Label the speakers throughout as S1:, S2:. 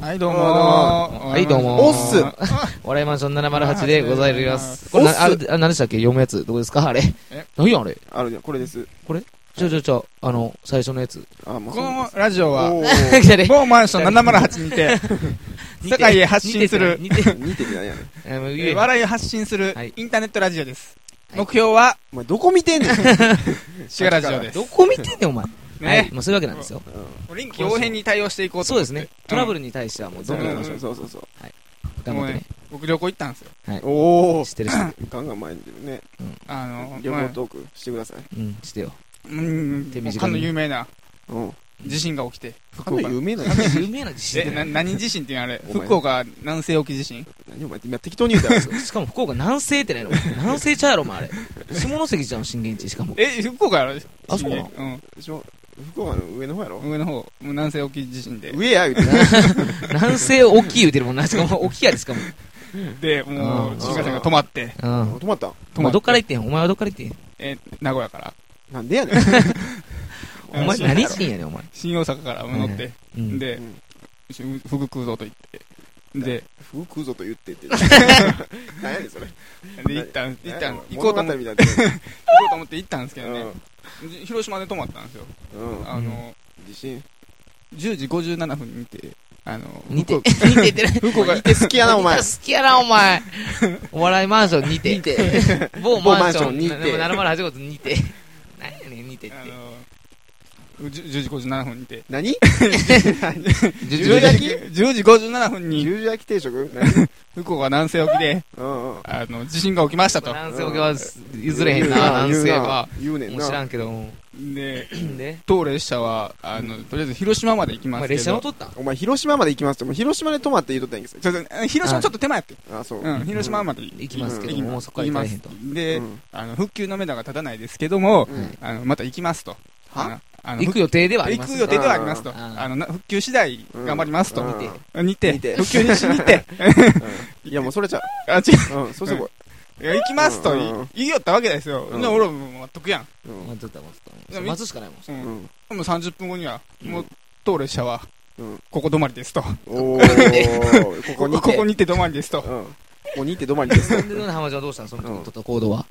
S1: はい、どうも
S2: はいどうも
S3: おっす
S2: 笑いマンション708でございます。こ
S3: はい
S2: れ
S3: はい
S2: な、あ
S3: お
S2: あ
S3: っ
S2: れ、何でしたっけ読むやつ。どこですかあれ
S1: え。
S2: 何やあれ。
S3: あるじゃん、これです。
S2: ちょちょちょ、あの、最初のやつ。
S3: あ、もう
S1: このラジオは、
S3: お ー
S2: 来たね
S1: 某マンション708にて、 世界へ発信する
S2: 似てる。
S3: 見てみたいやね。
S2: 似てるあもう言え
S1: えー笑いを発信する
S2: はい
S1: インターネットラジオです。
S2: はい
S1: 目標は、
S3: お前どこ見てんねん。
S1: シガラジオです
S2: ど。こ見てんねん、お前。は
S1: ね
S2: い。。もうそういうわけなんですよ。
S1: 臨機応変に対応していこうと
S2: そう
S1: 思っ
S2: で
S1: て。
S2: すね。トラブルに対してはもう
S3: そ
S2: ど
S3: うん
S2: どん頑
S3: そうそうそう。
S2: 張ってね。
S1: 僕旅行行ったんですよ。
S3: お
S2: 知ってる人。
S3: ー。ガンガン前に出るね。
S1: あの、
S3: 旅
S1: まあ
S3: 行トークしてください。
S2: うん、してよ。
S1: うん
S2: 手短に
S1: 他の有名な
S3: うん。
S1: 地震が起きて、
S3: かの有名な
S2: 有名な地震
S1: え、な、何地震っていうのあれ
S3: お前
S1: 福岡南西沖地震
S3: 何お前今適当に言ったら。
S2: しかも福岡南西ってないの南西ちゃうやろ、お前あれ。下関じゃん、震源地。しかも。
S1: え、福岡やろ
S2: あそうなの
S1: うん。
S3: しょ福岡の上の方やろ
S1: 上の方、もう南西沖地震で。
S3: 上や、言うて。
S2: 南西大きい言うてるもんな。しかも、大きいやで、しかも。
S1: で、も
S2: う
S1: う、
S2: ん
S1: 新幹線が止まって、
S2: うん。
S3: 止まったん
S1: 止ま
S2: お
S1: っ
S2: 前
S1: て
S2: どっから行ってんお前はどっから行ってん
S1: えー、名古屋から、
S3: なんでやねん。
S2: お前
S1: うん
S2: 何人やねん、お前。
S1: 新大阪から乗って、
S2: うん。
S1: で、
S3: うん
S1: ふ福空洞と行って、で、
S3: 服食うぞと言ってって。 何やねん、それ。
S1: で、行ったん、行ったん、行こう
S3: 物
S1: と
S3: 語
S1: 思って、
S3: みたい
S1: 行こうと思って行ったんですけど
S3: な
S1: ね、で広島で泊まったんですよ。
S3: うん。うん。
S1: あの、
S3: 地震。
S1: 10時57分に見て、あの、
S2: 似 て、似てってない。
S1: 福岡、
S3: え、好きやな、お前
S2: 好。きやな、お前。お笑いマンション似て。 某
S3: 某
S2: マ
S3: マ
S2: ン
S3: ン
S2: シ
S3: シ
S2: ョ
S3: ョ
S2: ン
S3: ン
S2: 似
S3: 似
S2: て。
S3: て
S2: 708号と似て。何やねん、似てって
S1: あ。の、10時57分にて、
S3: 何
S2: 十
S3: 十字
S2: 字
S3: 焼
S2: 焼
S3: き
S1: 10時57分に
S3: 十字焼き定食
S1: 福岡南西沖で、
S3: うんうん。
S1: あの、地震が起きましたと。
S2: 南西沖は譲れへんな、南西は。
S3: 言うねん
S2: もう知ら
S3: な。
S2: んけども。
S1: で、
S2: で、
S1: 当列車は、あの、とりあえず広島まで行き
S2: お
S1: ま
S2: 前
S1: すけ
S2: 列車
S1: ど
S2: も、取ったん
S3: お前、広島まで行きますって、もう広島で泊まって言うとったんやけ
S1: そうそう広島ちょっと手前やって、
S3: ど。あ、そう。
S1: うん、広島まで行
S2: 行きますけど
S1: 行き
S2: も、もうそこから行かれへんと
S1: 行き。ますで、
S3: うん
S1: あの、復旧のめどが立たないですけども、
S3: うん
S1: あの、また行きますと。
S3: は
S1: あの
S2: 行く予定ではあり
S1: 行
S2: ます。
S1: く予定ではありますと。
S2: うん
S1: あの、な復旧次第頑張りますと。
S3: うん
S1: 似て、
S3: 似て
S1: 復 旧にしに行って、
S3: いや、もうそれじゃ
S1: あ、違
S3: う。うん、そうしてこ
S1: う、いや行きますと
S3: う
S1: い
S3: ん
S1: 言いよったわけですよ。
S3: うん
S1: で、俺はもう待っとくやん。
S3: い。うん。
S2: 待っとった、待っとった。待つしかないも
S1: う。
S2: ん。
S3: うん
S1: も
S3: ん。
S1: う30分後には、
S2: うん
S1: もう、当列車は
S3: うん、
S1: ここ止まりですと。
S3: おー、ここにて。
S1: ここにて止まりですと。
S3: うん。ここにて止まりです。
S2: で、浜ちゃんどうしたんその時
S3: うん
S2: 取った行動は。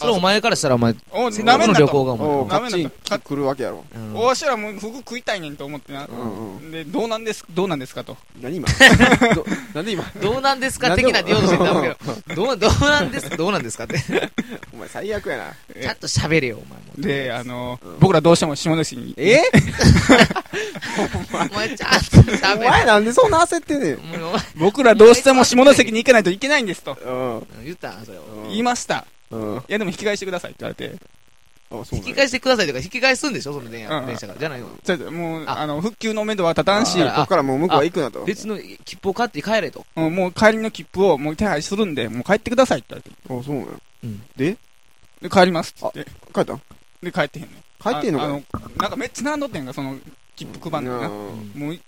S2: それお前からしたらお前、
S1: お、
S2: せっ
S1: ダ
S2: か
S1: メ
S2: く
S1: だ
S2: の
S1: と
S2: 旅行がお
S3: お
S2: 前。
S3: ー、カッチン来るわけやろ。
S2: うん
S1: おわしらもう服食いたいねんと思ってな
S3: う。んうん。
S1: で、どうなんです、どうなんですかと。
S3: 何今どなんで今
S2: どうなんですか的な出ようとしてたんだけど、どう、どうなんです、どうなんですかって。
S3: お前最悪やな。
S1: え
S2: ちゃんと喋れよ、お前も。
S1: で、あの
S3: うん、
S1: 僕らどうしても下関に。
S3: え
S2: お前ちゃんと
S3: お
S2: 喋れ。
S3: 前なんでそんな焦ってんねん。
S2: お前お前
S1: 僕らどうしても下関に行かないといけないんですと。
S3: うん。
S2: 言ったんそれを。
S1: 言いました。
S3: うん。あ、
S1: いや、でも引き返してくださいって言われて。
S3: そう
S2: 引
S3: な
S2: き
S3: んや
S2: 返してくださいとか、引き返すんでしょその電
S1: うん
S2: 話、電車が。じゃないの。
S1: ちょっともう、
S2: あ
S1: あの、復旧のめどは立たんし、
S2: あ
S3: こっからもう向こうは行くなと。
S2: 別の切符を買って帰れと。
S1: うんもう帰りの切符をもう手配するんで、もう帰ってくださいって言われて。
S3: あ、そうなの
S2: うん
S1: で、帰りますって言って。
S3: 帰ったん
S1: で、帰ってへんねん。
S3: 帰ってんの
S1: あ
S3: か
S1: あ
S3: よ
S1: なんかめっちゃ並んどってんが、その、切符配んのな。
S3: う
S1: もう、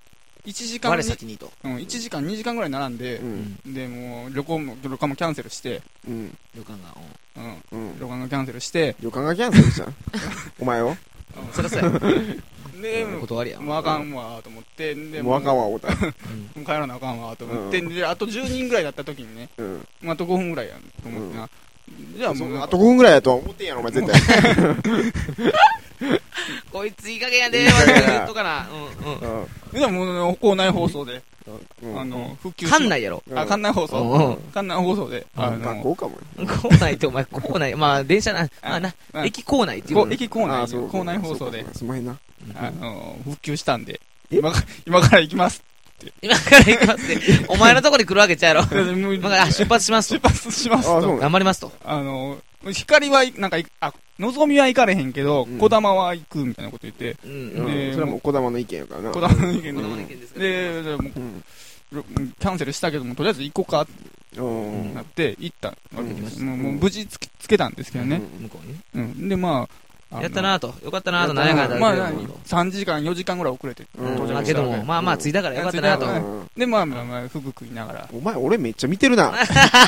S1: 1時間
S2: 我
S1: に、
S2: 先にと。
S1: うん、1時間、2時間ぐらい並んで
S3: う、ん。
S1: で、もう、旅行も、旅館もキャンセルして、
S3: うん。
S2: 旅館が。うん
S1: うん、
S3: うん。
S1: 旅館がキャンセルして、
S3: 旅館がキャンセ ルしたんお前を
S2: そりゃそう
S1: で、
S2: や。お
S1: も
S2: 断りや。
S1: うもうあかんわーと思って、で、
S3: もうあかんわ、おた。
S2: うん
S1: もう帰らなあかんわと思って、であと10人ぐらいだった時にね、
S3: うん。
S1: まあ、あと5分ぐらいやんと思ってな、じゃあ
S3: そ
S1: もう
S3: う
S1: なん
S3: あ
S1: か
S3: と5分ぐらいやとは思ってんやろ、お前絶対。
S2: こいついい加減や
S3: い
S2: で、
S3: い加減や
S2: 言っとかな。うんうん。
S3: う
S1: でもう校内放送で、
S3: ん。
S1: あの復旧し
S2: 館内やろ。
S3: うん、
S1: あ館内放
S2: うん
S1: 送、
S2: うん
S1: 館内放送で、あ
S3: 学
S1: の
S3: 校かもよ。
S2: 校内ってお前、校内、まあ電車な、まあな、
S1: うん
S2: 駅構内っていう
S1: こ
S2: の
S1: 駅構内
S3: あそう
S1: 校内放送
S3: そう
S1: で
S3: かすまへんな。
S1: あの復旧したんで
S3: え
S1: 今か今から行きます
S2: 今から行きますって、お前のとこに来るわけちゃうやろ。
S1: もう
S2: 今からあ出発します
S1: 出
S2: と。
S1: 発します
S3: あそう
S1: と
S3: な
S2: 頑張りますと。
S1: あの光はなんかいあのぞみは行かれへんけど、
S3: うん
S1: こだまは行くみたいなこと言って
S2: う
S3: の
S2: ん。
S1: で
S3: うんそれはもう児玉の意見やからな。
S1: こだまの意
S2: 子
S1: 見
S2: 供
S1: で
S2: の意見ですけど。
S1: ででもう
S3: うん。
S1: キャンセルしたけどもとりあえず行こうかって
S3: うん。
S1: なって行ったわけです、
S2: うん
S1: もうもう無事つけつけたんですけどね、
S2: 向こうにね。
S1: うん、でまああの
S2: やったなぁと。よかったなぁと、何
S3: やった
S2: や
S3: な
S2: か
S3: ぁ
S2: んだ
S1: まあ
S2: だけど
S1: 3時間4時間ぐらい遅れて
S3: うん
S1: 到
S2: まあ
S1: 着し
S2: け
S1: た
S2: ど
S1: わ
S2: も、
S1: け
S2: まあまあ、着いたからよかったな
S1: う
S2: と
S1: ん。
S3: うん
S1: でまあまあまあ福食いながら
S3: お前、俺めっちゃ見てるな。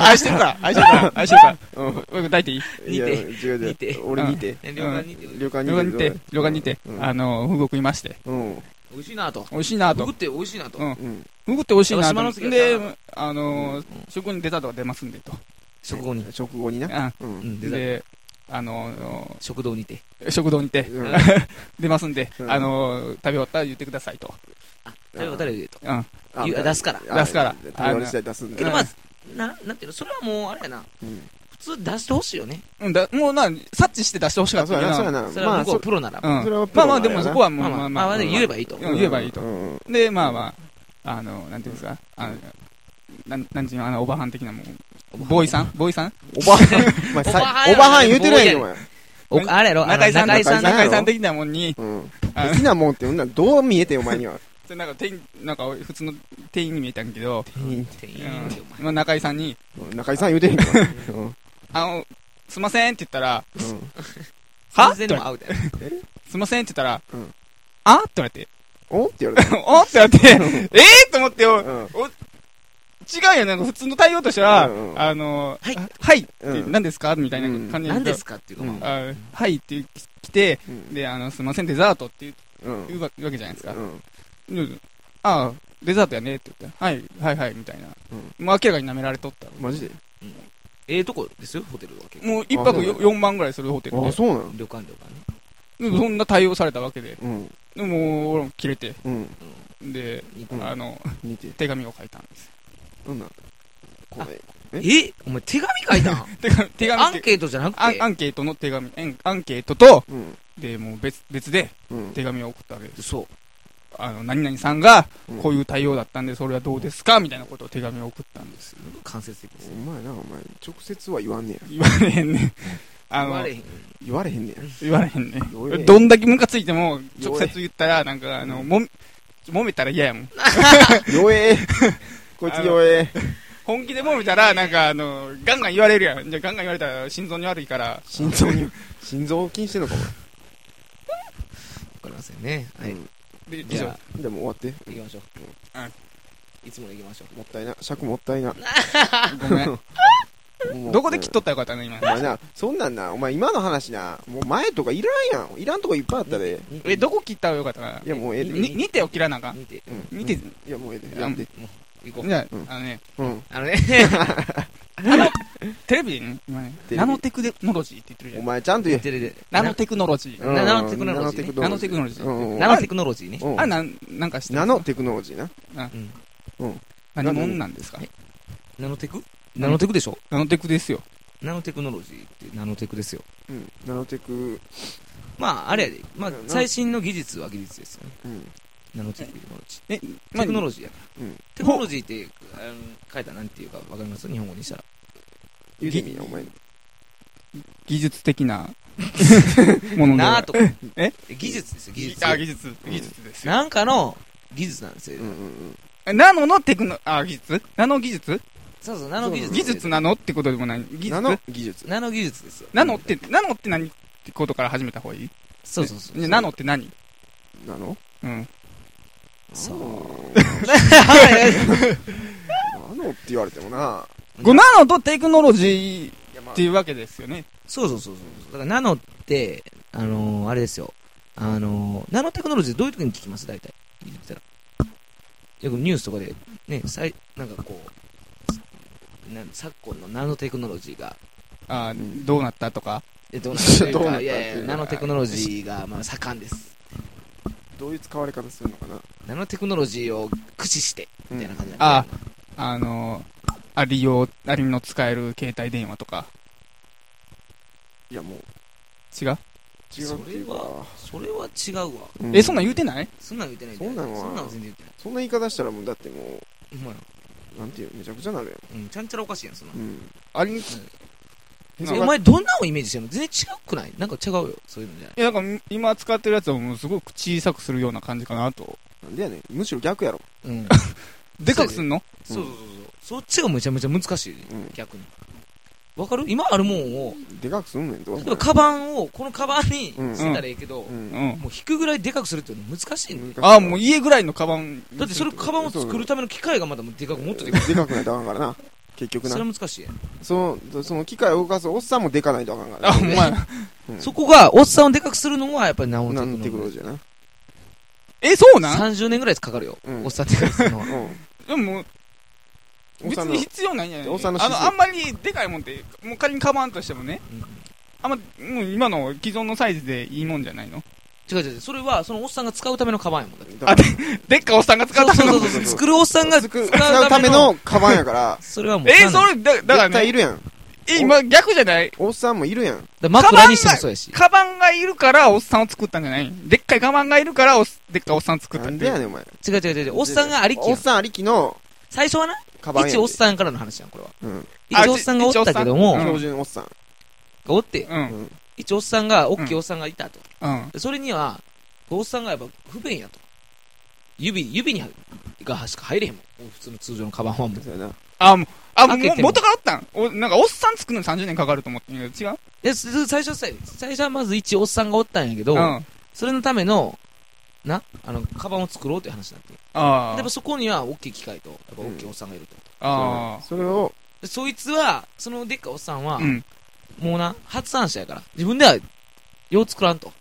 S1: 愛してるから愛してるから愛してるから
S3: うん。
S1: おい抱いていい
S3: いや
S2: 見て
S3: 違う違
S2: 見て
S3: う。俺見て。
S2: 旅館に行って
S3: 旅館に
S1: 旅館に行って旅館に行って
S3: うん
S1: あの福食いまして
S3: うん。
S2: 美味しいなと。
S1: 美味しいな
S2: 僕
S1: と
S2: っ。て美味しいなと。
S1: うん
S3: うん。
S1: 潜って美味しいな
S2: 島の
S1: と。
S2: 関
S1: で
S2: や、
S1: あのー
S2: うん
S1: 食後にデザートが出ますんで、と。
S2: 食後に。
S3: 食後にな。
S1: う。
S3: うん
S2: うんん、デザート
S1: で、あの
S2: 食堂にて。
S1: ー食堂にて、
S3: うん
S2: うん
S1: 出ますんで、
S3: うん
S1: あのー食べ終わったら言ってくださいと。
S2: あ、誰が誰でと。
S1: うん。
S3: あ
S2: 言う出すから
S3: あ
S1: 出すから
S3: 手割り次第出す
S2: け
S3: ん
S1: う
S2: ど
S1: ん
S3: だ。
S2: まあ、な、なんていうの、それはもうあれやな。
S3: うん
S2: 普通出してほしいよね。
S1: うんだ、もうな、察知して出してほしか
S3: あ
S1: っ
S3: そう
S1: た
S3: やな、そうや
S1: な。
S3: な。
S2: それ
S3: ま
S2: は
S3: あ
S2: 向こうプロならば。
S1: うん
S3: それはプ
S1: まあ
S3: ロ
S1: まあ、
S3: なん
S1: で
S3: やな
S1: もそこはも
S2: まあ
S1: う、ま
S2: まあ、
S1: あ
S2: ま
S1: ま
S2: あ、
S1: あ。
S2: で言えばいいと。
S1: うん言えばいいと
S3: うんうん
S1: で、まあまあ、あの、なんていうんですか、あの、なん、なんていうの、あの、おばはん的なもん、ボーイさんボーイさん
S3: おばはん、お前さ
S2: おばはんや
S3: おばはん言うてないよ、お 前。
S2: おあれやろ、あの
S1: 中井さん、中
S2: 中井
S1: 井
S2: さ
S1: さ
S2: ん
S1: ん、
S2: の
S3: 中井さん
S1: 的なもんに、
S3: うん。
S1: あ
S3: 好きなもんって、うんなどう見えてん、お前には。
S1: それなんか、店員なんか、普通の店員に見えたんやけど、
S2: 店員
S1: う
S2: やで
S1: んまあ、中井さんに、
S3: うん中井さん言うてへんよ。 うん
S1: あの、すいませんって言ったら、
S3: うん
S2: お前
S1: は
S2: 全然でも合うだよ。
S1: すいませんって言ったら
S3: うん、
S1: あって言われて、
S3: おって言われ
S1: おって言われて、 ええと思ってよ
S3: た。、うん
S1: 違うよね、なんか普通の対応としては
S3: うんう、ん
S1: あの、
S2: はい
S1: あはいって
S3: うん
S1: 何ですかみたいな感じ
S2: 何ですすかっていうか、まあ
S1: はいって来て、
S3: うん
S1: で、あの、すいません、デザートって
S3: うん
S1: 言うわ言うわけじゃないですか
S3: う。ん
S1: うんああ、デザートやねって言って、はい、はいはい、みたいな。
S3: う
S1: もう明らかに舐められとった。
S3: マジで
S2: ええとこですよ、ホテルは結構。
S1: もう一泊
S3: あ
S1: よ4万ぐらいするホテルで
S3: あ、、そうなの
S2: 旅館旅館ね。
S1: でそんな対応されたわけで、
S3: うん。
S1: でもう俺も切れて、
S3: うん。
S1: で、
S3: うん
S1: あの、
S3: 見て。
S1: 手紙を書いたんです。
S3: うんなんこれ。
S2: えお前手紙書いたん
S1: 手紙、手紙
S2: ア
S1: っ
S2: ン
S1: て
S2: ケートじゃな
S1: ア
S2: く
S1: ン
S2: て
S1: ア。ンケートの手紙、えんアンケートと、
S3: うん。
S1: で、もう別、別で
S3: うん。
S1: 手紙を送ったわけです。
S2: そう。
S1: あの、何々さんが、こう
S3: い
S1: いう対応だったんで、それはどうですかみたいなことを手紙を送ったんです。
S2: 間接的です
S3: お。前な、お前、直接は言わんねや。
S1: 言われへんね。あ
S2: 言わ
S1: の
S2: れ、へん。
S3: 言われへんねや。
S1: 言われへんね
S3: 弱え。
S1: どんだけムカついても、直
S3: 弱え
S1: 接言ったら、なんか、あの、もん、揉めたら嫌やもん。
S3: 弱え。こいつ弱え。
S1: 本気で揉めたら、なんか、あの、ガンガン言われるやん。じゃあ、ガンガン言われたら、心臓に悪いから、
S3: 心臓に、 心臓を気にしてんのか、
S2: わかりませんね。
S3: お
S2: は
S3: 前。
S2: い。
S3: うん
S1: で、以
S2: じ
S1: 上
S2: ゃ。
S3: でも終わって。
S2: あ、行きましょう。
S1: うん
S2: いつもの行きましょう。
S3: もったいな。尺もったいな。
S1: ごめん。 どこで切っとったらよかったね、今
S3: お。前な、そんなんな、お前今の話な、もう前とかいらんやん。いらんとこいっぱいあったで。
S1: え、どこ切ったらよかったかない
S3: や、もうええで。
S1: に、2手を切らなあかん。
S2: 見て。
S3: うん
S1: 2手、
S3: いや、もうええで。
S1: いや
S3: やって。
S2: 行こう
S1: じ。ゃ
S3: うん
S1: あ、あのね、
S3: うん。
S2: あのね、
S1: テレビでね、今ね、
S3: テレビ
S1: ナノテクノロジーって言ってるじゃ
S3: お
S1: ん。
S3: 前ちゃんと言え。
S2: テレで。
S1: ナノテクノロジー。
S3: うん
S2: ナノテクノロジーね
S1: ナノテクノロジー
S3: うんうんうん
S2: ナノテクノロジーね。
S3: うん
S1: あれ、なん、なんかしてる
S3: ナノテクノロジーな。
S2: うん
S1: 何者なんですか
S2: えナノテクナノテクでしょ
S1: ナノテクですよ。
S2: ナノテクノロジーってナノテクですよ。
S3: うん。ナノテク、
S2: まあ、あれやで。まあ
S3: う、ん
S2: 最新の技術は技術ですよね。
S3: うん。
S2: ナノテクノロジー。
S1: え、
S2: テクノ
S1: ロ
S2: ロジーやから
S3: うん。
S2: テクノロジーって、あの書いたらなんていうかわかります日本語にしたら。
S3: 言うてみよ、お前。
S1: 技術的 なもので
S2: な
S1: は
S2: あと。
S1: え
S2: 技術ですよ、技術。
S1: あ、技術。技術ですよ。
S2: なんかの技術なんですよ
S3: うん。うん
S1: えナノのテクノ、あ、技術ナノ技術
S2: そうそう、ナノ技術。
S1: 技術なのってことでもない。技
S3: うん。
S1: 術
S3: ナノ技術。
S2: ナノ技術ですよ。
S1: ナノって、ナノって何ってことから始めた方がいい
S2: そうそうそう。
S1: ね ナノって何
S3: ナノ
S1: うん。
S2: そう。
S3: ナノって言われてもな。
S1: ごナノとテクノロジ
S3: いや、
S1: ー
S3: ま
S1: っていうわけですよね。
S2: そうそうそうそう。だからナノって、あのー、あれですよ。あのー、ナノテクノロジーどういう時に聞きます大体。言ったら。よくニュースとかで、ね、さい、なんかこう、なん昨今のナノテクノロジーが、
S1: あ
S3: ん
S1: どうなったとか。
S2: え、どうなったという
S3: どうなっ
S2: か、
S3: たって
S2: い
S3: いうか
S2: やいや、ナノテクノロジーが、まあ、盛んです。
S3: どういう使われ方するのかな。
S2: ナノテクノロジーを駆使して、みたいな感じ
S1: ああ
S2: あ、
S1: あの、ありよう、ありの使える携帯電話とか。
S3: いや、もう、
S1: 違う
S3: 違うっていう
S2: それ
S3: か。
S2: それは違うわ。
S3: う
S1: え、そんなん言うてない
S2: そんなん言ってない
S3: そんなんは
S2: そんなん全然言ってない。
S3: そんな言い方したらもう、だっても
S2: ほんまや
S3: う、なんていう、めちゃくちゃなるや
S2: うん、ちゃんちゃらおかしいやん、そんなん
S3: ん。うん。
S1: あり、
S3: へ
S2: え
S3: そ
S2: お
S3: が
S2: 前どんなのをイメージしてるの全然違くないなんか違うよ、そういうのじゃない。
S1: いや、なんか今使ってるやつはもうすごく小さくするような感じかなと。
S3: なんでやねん。むしろ逆やろ。
S2: うん。
S1: でかくすんの
S2: そうそうそうそう。そっちがめちゃめちゃ難しい、
S3: うん
S2: 逆に。わかる今あるもんを、
S3: でかくすんねんと
S2: 例え。ばカバンを、このカバンに
S3: うん
S2: 捨てたらいいけど、
S3: う。
S1: うんん。
S2: もう引くぐらいでかくするっていうのは難しいの。
S1: ああ、もう家ぐらいのカバン。
S2: だってそれカバンを作るための機械がまだもうでかくもっとでかい。
S3: でかくないとあかんからな。結局
S2: それ
S3: な。
S2: は難しいやん。
S3: その、その機械を動かすおっさんもでかないとあかんから
S1: あ、
S3: な。
S1: ほんまや。
S3: うん
S2: そこが、おっさんをでかくするのはやっぱりナオ
S3: なん
S2: ン
S3: て
S2: テ
S3: く
S2: クノロ
S3: るロ
S2: ジ
S3: ジーやな。
S1: え、そうなん
S2: 30年ぐらいかかるよ。
S3: うん
S2: おっさんってからその
S3: う
S1: でも、
S3: ん。お
S1: 別
S3: さんの
S1: に、必要ないんじゃない
S3: おっさんの
S1: あ
S3: 指
S1: の、
S3: 数
S1: あんまりでかいもんって、もう仮にカバンとしてもね、
S2: うん
S1: あんま、もう今の既存のサイズでいいもんじゃないの
S2: 違う違う違う、それはそのおっさんが使うためのカバンやもんだって。
S1: あででっかいおっさんが使ったの
S2: そうそうそうそう、作るおっさんが
S3: 使うため。のカバンやから、
S2: それはもう。
S1: え、それ、だだから
S3: 絶対
S1: ね、
S3: いるやん。
S1: え、今逆じゃない
S3: おっさんもいるやん。
S2: だから枕にしてもそうやし。
S1: カバンがいるからおっさんを作ったんじゃないでっかいカバンがいるからおっでっかいおっさん作った
S3: な
S1: っ
S3: ん
S1: て
S3: でやねん、お前。
S2: 違う違う違う、おっさんがありき
S3: お
S2: や
S3: っ
S2: ん。
S3: さんありきの
S2: 最初はな、
S3: カバンや
S2: 一おっさんからの話やん、これは。
S3: ん。うん。
S1: あ
S2: 一おっさんがおったけど
S1: う
S2: も、
S1: ん
S3: 標準おっさん。
S2: おって、
S1: うん
S3: うん
S2: 一おっさんが、おっきいおっさんがいたと。
S1: うん
S2: それには、おっさんがやっぱ不便やと。指、指には、がしか入れへんもん。普通の通常のカバンはもう。い
S3: そうやな。
S1: あ、もう、あ、も
S2: 開
S1: う
S2: けても
S1: 元からおったんおなんかおっさん作るの30年かかると思ってんけど、違う
S2: やす最初はさ最初はまず一おっさんがおったんやけど、
S1: うん。あ
S2: それのための、な、あの、カバンを作ろうという話になって。
S1: あ。
S2: やっぱそこには大きい機械と、やっぱ大きいおっさんがいると。
S1: あ
S3: それを、
S2: でそいつは、そのでっかいおっさんは、
S1: あ。うん。
S2: もうな、発案者やから、自分では、よう作らんと。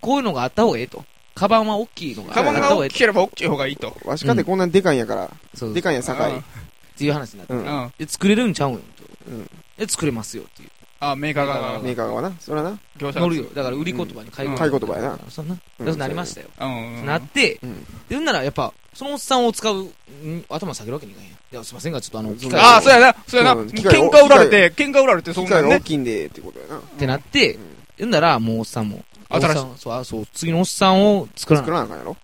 S2: こういうのがあった方がええと。カバンは大きいのがあ
S1: カ
S2: った
S1: バンが
S2: 方が
S1: 大
S2: ええ
S1: き
S2: と。
S1: ければ大きい方がいいと。
S3: わしかてこんなにでかいんやから、
S2: そうそう
S3: で
S2: っ
S3: かいんや、境。
S2: ていう話になって。
S3: う。
S1: うんん。
S2: で、作れるんちゃうんよと。
S3: うん
S2: で、作れますよっていう。
S1: あ、メーカーが、
S3: メーカー側な。そらな。
S1: 業者が
S2: 乗るよ。だから、売り言葉に買い言葉。
S3: うん買い言葉や。
S2: そんな。
S3: うん
S2: そうなりましたよ。
S1: うん。うん
S2: なって、
S3: うん。
S2: で、うんなら、やっぱ、そのおっさんを使う、ん頭下げるわけにいかへんやん。いや、すいませんが、ちょっとあの、機械を
S1: ああ、そうやな、そうやな。
S3: うん
S1: 喧嘩売られて、喧嘩売られて、そ
S3: 機
S1: んな
S3: 械
S1: ん
S3: が
S1: ね
S3: 大。きいんで、ってことやな。
S2: ってなって
S3: う、ん。
S2: うんなら、もうおっさんも。おっさん
S1: 新し
S2: そう、あそう、次のおっさんを作ら
S3: 作
S2: ない。
S3: らなあかんやろ。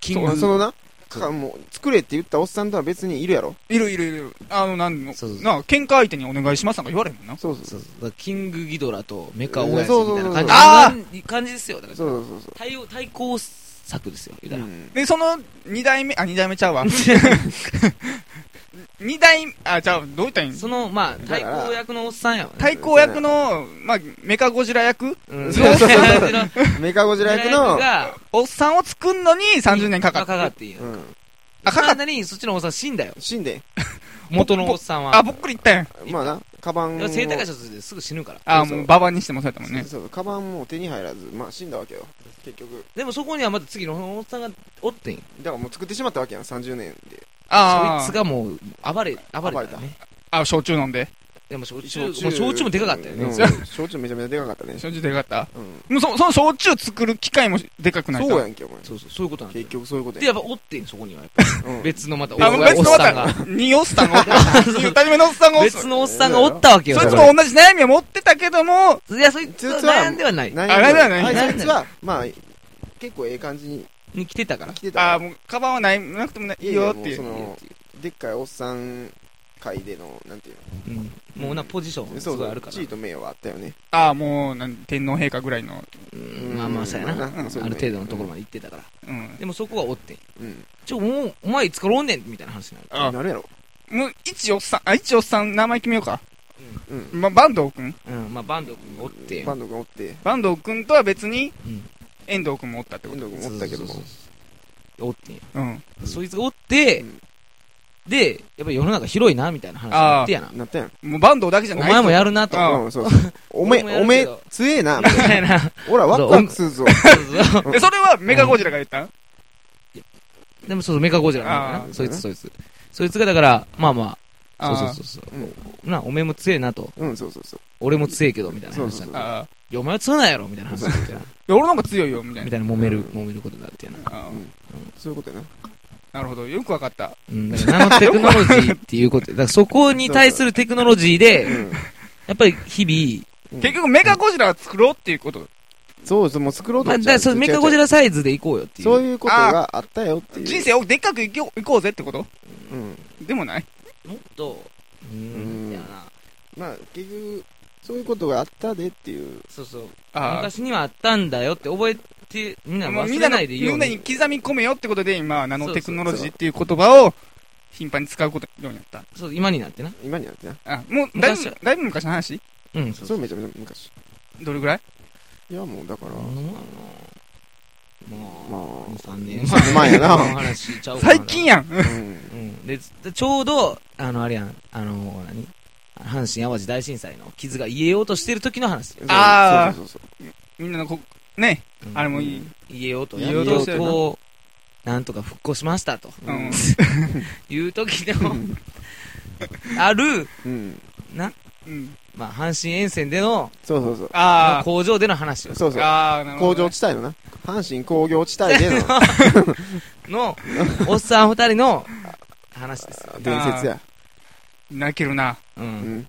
S2: キン
S3: ま
S2: グ
S3: あそのな、
S2: そう
S3: かもう、作れって言ったおっさんとは別にいるやろ。
S1: いるいるいる。あの、なんの、な
S2: そうそうそう
S1: あ喧嘩相手にお願いしますなんか言われへんもんな。
S3: そうそう
S2: そ
S3: そうう。
S2: そうだからキングギドラとメカオヤジ
S3: そう
S2: み
S3: そう
S2: たい
S3: そう
S2: な
S3: そう
S2: 感じあー感じですよだか
S3: そうそうそう
S2: ら対応対抗策ですよ言う
S3: そう。
S2: た
S3: う
S2: ら
S3: ん。
S1: で、その、二代目、あ、二代目ちゃうわ。 二代、あ、じゃあ、どう言ったらいいん
S2: そのまあ
S3: だ
S2: 対
S3: から
S2: 抗役のおっさんやわね
S1: 対抗役の、まあ、メカゴジラ役
S2: うん
S3: そうそ うそう
S2: 対抗役の
S3: メカゴジラ役の、
S2: が
S1: おっさんを作んのに30年かか
S2: まあ
S1: っ。
S2: かかってていいよ
S3: うん。
S1: あかかっ
S2: そんなにそっちのおっさん死んだよ
S3: 死んで。
S2: 元のおっさんは
S1: あ、ぼっくり言ったやん。
S3: まあな、カバン
S2: だ
S3: を。
S2: から生体会社ですぐ死ぬから
S1: あ、
S3: そうそう
S1: もう、ババにしてもされたもん
S3: そう
S1: ね。
S3: そう、カバンも手に入らず、まあ死んだわけよ。結局。
S2: でもそこにはまた次のおっさんがおってんよ
S3: だからもう作ってしまったわけやん、30年で。
S2: そ
S1: あ
S2: いつ
S1: ー
S2: がもう暴れ暴れたよね
S1: あ、焼酎飲んで。
S2: でも焼酎もう焼酎もでかかったよ
S3: う
S2: ね
S3: ん焼酎めちゃめちゃでかかった ね。
S1: 焼酎でかかっ
S3: うん。
S1: た。もう、そ、その焼酎作る機械もでかくないと。
S3: そうやんけ、お前。
S2: そうそうそういうことなんだよ
S3: 結局そういうこと
S2: で
S3: や
S2: や
S3: ん
S2: っぱおってんそこにはやっぱ
S3: うん。
S2: 別のまたおっ
S1: あ、もう別のお
S2: おっ
S1: っ
S2: さ
S1: さ
S2: ん
S1: ん
S2: が
S1: が。におっさんがおった。二人目のおっさんがおった。
S2: 別のおっさんがおったわけよ。
S1: そいつも
S2: れ
S1: 同じ悩みを持ってたけども、
S2: いや、そいつは悩んではない。
S3: 何
S1: あれだよね
S3: あいつ
S2: 何
S3: あいつは、まあ、結構ええ感じに
S2: に来てたから。
S3: 来てたから。
S1: あーもう、カバンはない、なくてもないい
S3: い
S1: い
S3: やいや
S1: よってい
S3: もう
S1: う。
S3: そのでっかいおっさん会での、なんていう
S2: うんもうな、ポジショ
S3: の。
S2: ンす
S3: そう
S2: ご
S3: そ
S2: いある
S3: う
S2: か、ら
S3: 地位。と名誉はあったよね。
S1: ああ、もう、なん天皇陛下ぐらいの、
S2: うんまあまあ、そうやな。
S3: ま
S2: あ
S3: あな
S2: る
S3: そうね
S2: 程度のところまで行ってたから。
S1: うん。
S2: でもそこはおってん。
S3: うん。
S2: ちょ、もう、お前いつからおんねんみたいな話になる。
S1: あ
S3: なるやろ。
S1: もう、一おっさん、あ、一おっさん、名前決めようか。
S3: うん。
S1: ま、坂東くん
S2: うん、まあ、バンド君がおってん
S3: バンドがおって、
S1: 坂東くんとは別に、
S2: うん
S1: 遠藤くんもおったって
S3: 遠
S1: こ
S3: 藤
S1: と。
S3: 君もおったけども
S2: そうそう。おってんや
S1: うん。
S2: そいつがおって
S3: うん、
S2: で、やっぱ世の中広いな、みたいな話になってやな。
S3: なったやん。
S1: もう坂東だけじゃ
S2: お
S1: ない。
S2: 前もやるなと。
S1: ああ
S3: うん、そうそう。お め、
S2: 俺もや
S3: お
S2: るけ
S3: め
S2: ど、
S3: 強えな
S2: み。たいな。そ
S3: ほら、ワクワクするぞ。
S2: うそう
S1: で、それはメガゴジラが言ったん
S2: でもそうそう、メカゴジラなんだ
S1: あ。
S2: よ
S3: ー
S2: な。そいつそいつ。そいつがだから、まあまあ、そうそううそうそう
S3: うん
S2: お。な、おめえも強えなと。
S3: うん、そうそうそう。
S2: 俺も強えけど、みたいな話に
S3: そうそう
S2: な
S3: そ
S2: っ
S3: う
S1: ああ。
S2: て。いや、お前は強ないやろ、みたいな話になってな。
S1: で俺の方が強いよ、みたい
S2: み
S1: な。
S2: たいな揉め
S3: うん
S2: る、揉めることになってやな。
S1: ああ
S3: うんそういうことやな。
S1: なるほど。よくわかった。
S2: うん、だからナノテクノロジーっていうことで、だからそこに対するテクノロジーで
S3: う、ん。
S2: やっぱり日
S3: うん
S1: 結局、メガゴジラは作ろうっていうこと。
S3: そうそう、もう作ろう
S2: 々、
S3: と
S2: まあ、だ
S3: して。
S2: からそのメカゴジ
S3: ラ
S2: ラサイズで行こうよっていう。
S3: そういうことがあったよっていう。
S1: 人生をでっかくいこういこうぜってこと
S3: うん。
S1: でもない。
S2: もっと、う、
S3: うんん
S2: いやな。
S3: まあ、結局、そういうことがあったでっていう。
S2: そうそう。
S1: ああ。
S2: 昔にはあったんだよって覚えて、みんな
S1: もう
S2: 忘
S1: みん
S2: れ
S1: なの
S2: ないでいいよ
S1: み
S2: うんに。
S1: なに刻み込めよってことで、今、ナノテクノロジーっていう言葉を頻繁に使うことようになった。
S2: そう、今になってな。
S3: 今になってな。
S1: あ、もう、だいぶ
S2: 昔は、
S1: だいぶ昔の話
S2: うん、そう
S3: そ
S2: そ
S3: れ
S2: う。
S3: めちゃめちゃ昔。
S1: どれぐらい
S3: いや、もうだから、
S2: そんなもんやなまあ
S3: ま
S2: 3年
S3: 3年前 やな
S2: この話ちゃうか
S1: 最近やん。
S3: あ、 うん。
S2: うん。で、でちょうど、あの、あれやん、あの、何阪神淡路大震災の傷が癒えようとしてる時の話。
S1: あー
S3: そうそうそう
S1: みんなのこね、
S2: うん
S1: あれもいい。
S2: 家をと、
S3: 言
S2: 家
S3: い
S1: ようと
S2: を
S1: してるな
S2: と、なんとか復興しましたと。
S1: うん。
S2: いう時の、ある、
S3: うん。
S2: な、
S1: うん。
S2: まあ、阪神沿線での、
S3: そうそうそう。
S1: あ
S2: 工場での話を
S3: そうそう。
S1: ああー、なるほ
S3: 工
S1: ど
S3: 場
S1: ね。
S3: 地帯のな。阪神工業地帯での
S2: の、おっさん二人の話ですよ。
S3: 伝説や。
S1: 泣けるな。
S2: う。
S3: うんん。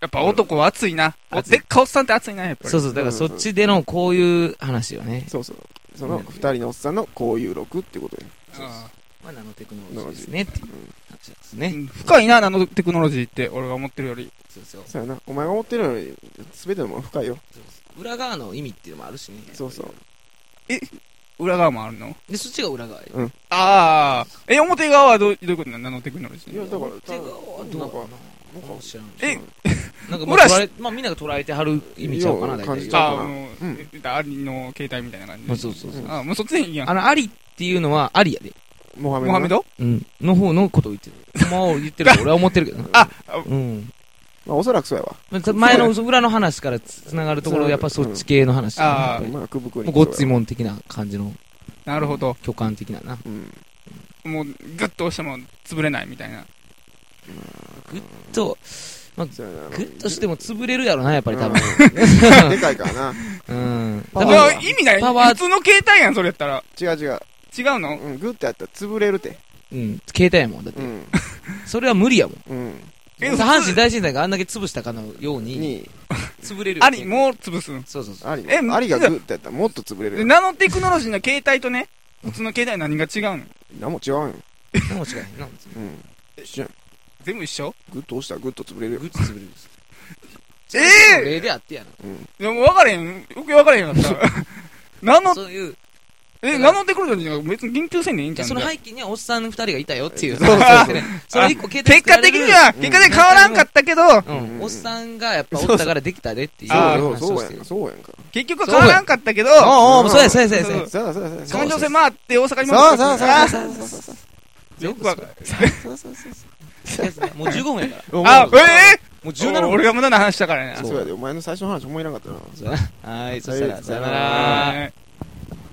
S1: やっぱ男は熱いな。
S2: うん
S1: おでっかおっさんって熱いな、やっぱり。
S2: そうそう、だからそっちでのこういう話よね。
S3: そうそう。その二人のおっさんのこういう録ってことや。
S1: あ
S2: まあ、ナノテクノロジーですね、っていう話なんです
S1: ー
S2: ね。
S1: うん深いな、ナノテクノロジーって、俺が思ってるより。
S2: そうそう。
S3: そうやな。お前が思ってるより、すべてのもの深いよ。
S2: そうそう裏側の意味っていうのもあるしね。
S3: そうそう。
S1: 裏側もあるの
S2: で、そっちが裏側よ。
S1: ああ。え、表側はどうどういうことなのナノテクノロジ
S3: いや、
S1: ー
S3: だから、
S2: 手がどう
S3: な
S2: なんん
S3: か
S2: か、
S3: なんか
S2: 知らん
S1: え
S2: なんか、まあ、
S1: 村
S2: 捉えまあ、みんなが捉えてはる意味ちゃうかな、
S3: よう
S2: 大
S3: 感じ
S2: 体
S3: ち。ゃう
S1: ああ、
S3: かな
S1: もう
S3: うん、
S1: えだアリの携帯みたいな感
S2: まあ
S1: じ。
S2: そうそうそう。
S1: ああ、もうそっちでいいやん。
S2: あの、ありっていうのは、ありやで。
S3: モハメド
S1: モハメ
S3: な。
S1: ド
S2: うん。の方のことを言ってる。もう言ってると俺は思ってるけどな。
S1: あ、
S2: うん。
S3: まあ、おそらくそうやわ。
S2: まあ前の裏の話からつながるところ、やっぱそっち系の話だね。
S1: あ
S2: やっぱり
S3: まあ、くぶく
S2: も
S3: に。
S2: うごっついもん的な感じの、
S1: なるほど。
S2: 巨漢的なな。
S3: うん。
S1: もう、グッと押しても潰れないみたいな。
S2: と、
S3: そうやな。
S2: グッとしても潰れるやろな、やっぱり多分。
S3: うんでかいからな。
S2: うん。
S3: パ
S2: 多
S1: い
S3: ワー
S2: 分
S1: や、意味ない。
S2: パワー
S1: 普通の携帯やん、それやったら。
S3: 違う違う。
S1: 違うの
S3: うん、グッとやったら潰れるて。
S2: うん。携帯やもん。だって
S3: う、ん。
S2: それは無理やもん。
S3: うん。
S1: え
S2: 阪神大震災があんだけ潰したかのように、
S3: に、
S2: 潰れるよ
S1: あ
S2: ね。
S1: り、もう潰すん。
S2: そうそうそう。
S3: あり
S1: え
S3: な。ありがグッとやったらもっと潰れる
S1: で
S3: よ。
S1: ナノテクノロジーの携帯とね、普通の携帯何が違うの
S3: 何も違うよ。
S2: 何も違いない。
S3: うん。一緒やん
S1: 全部一緒
S3: グッと押したらグッと潰れるよ
S2: グ。ッズ潰れるんです。
S1: ええ
S2: 例であってやな。
S1: でも分かれへん。よく分かれへんかった。ナノ、
S2: そういう、
S1: え、ナノテクノロジーは別に研究せんでいいんじゃん。
S2: その
S1: じゃあ
S2: 背景にはおっさんの二人がいたよっていう。
S3: そうそうそう
S2: その一個携帯
S1: 結
S2: 作ら
S1: 果
S2: れ
S1: 的
S2: る
S1: には、
S3: うん
S1: 結果的に変わらんかったけど、
S2: うん、おっさんがやっぱ
S1: そ
S2: お
S1: うそう
S2: ったからできたでっていう
S1: あー
S2: 話
S3: そ
S2: を
S3: うそう
S2: し
S3: や
S2: てる
S3: ん。。そうやんか。
S1: 結局変わらんかったけど、
S2: おうおう、そうやそうやそうやそう
S1: う
S2: や
S1: ん。
S3: そうだそうだそうだ。
S2: そ
S1: 環
S2: う
S1: 状線回って大阪に戻っ
S3: そう
S1: てく
S3: そう
S1: るか
S3: そう
S1: ら
S3: そうそうそうそう
S1: よくわか
S3: そうそうそう
S2: もう15分やから。
S3: そう
S1: あ、ええ
S2: もう17分。
S1: 俺が無駄な話したからね。
S2: そう
S3: そうやでお前の最初の話思いなかったな
S2: はい、そしたら、さよな
S3: さよな
S2: ら
S3: ら。
S1: はい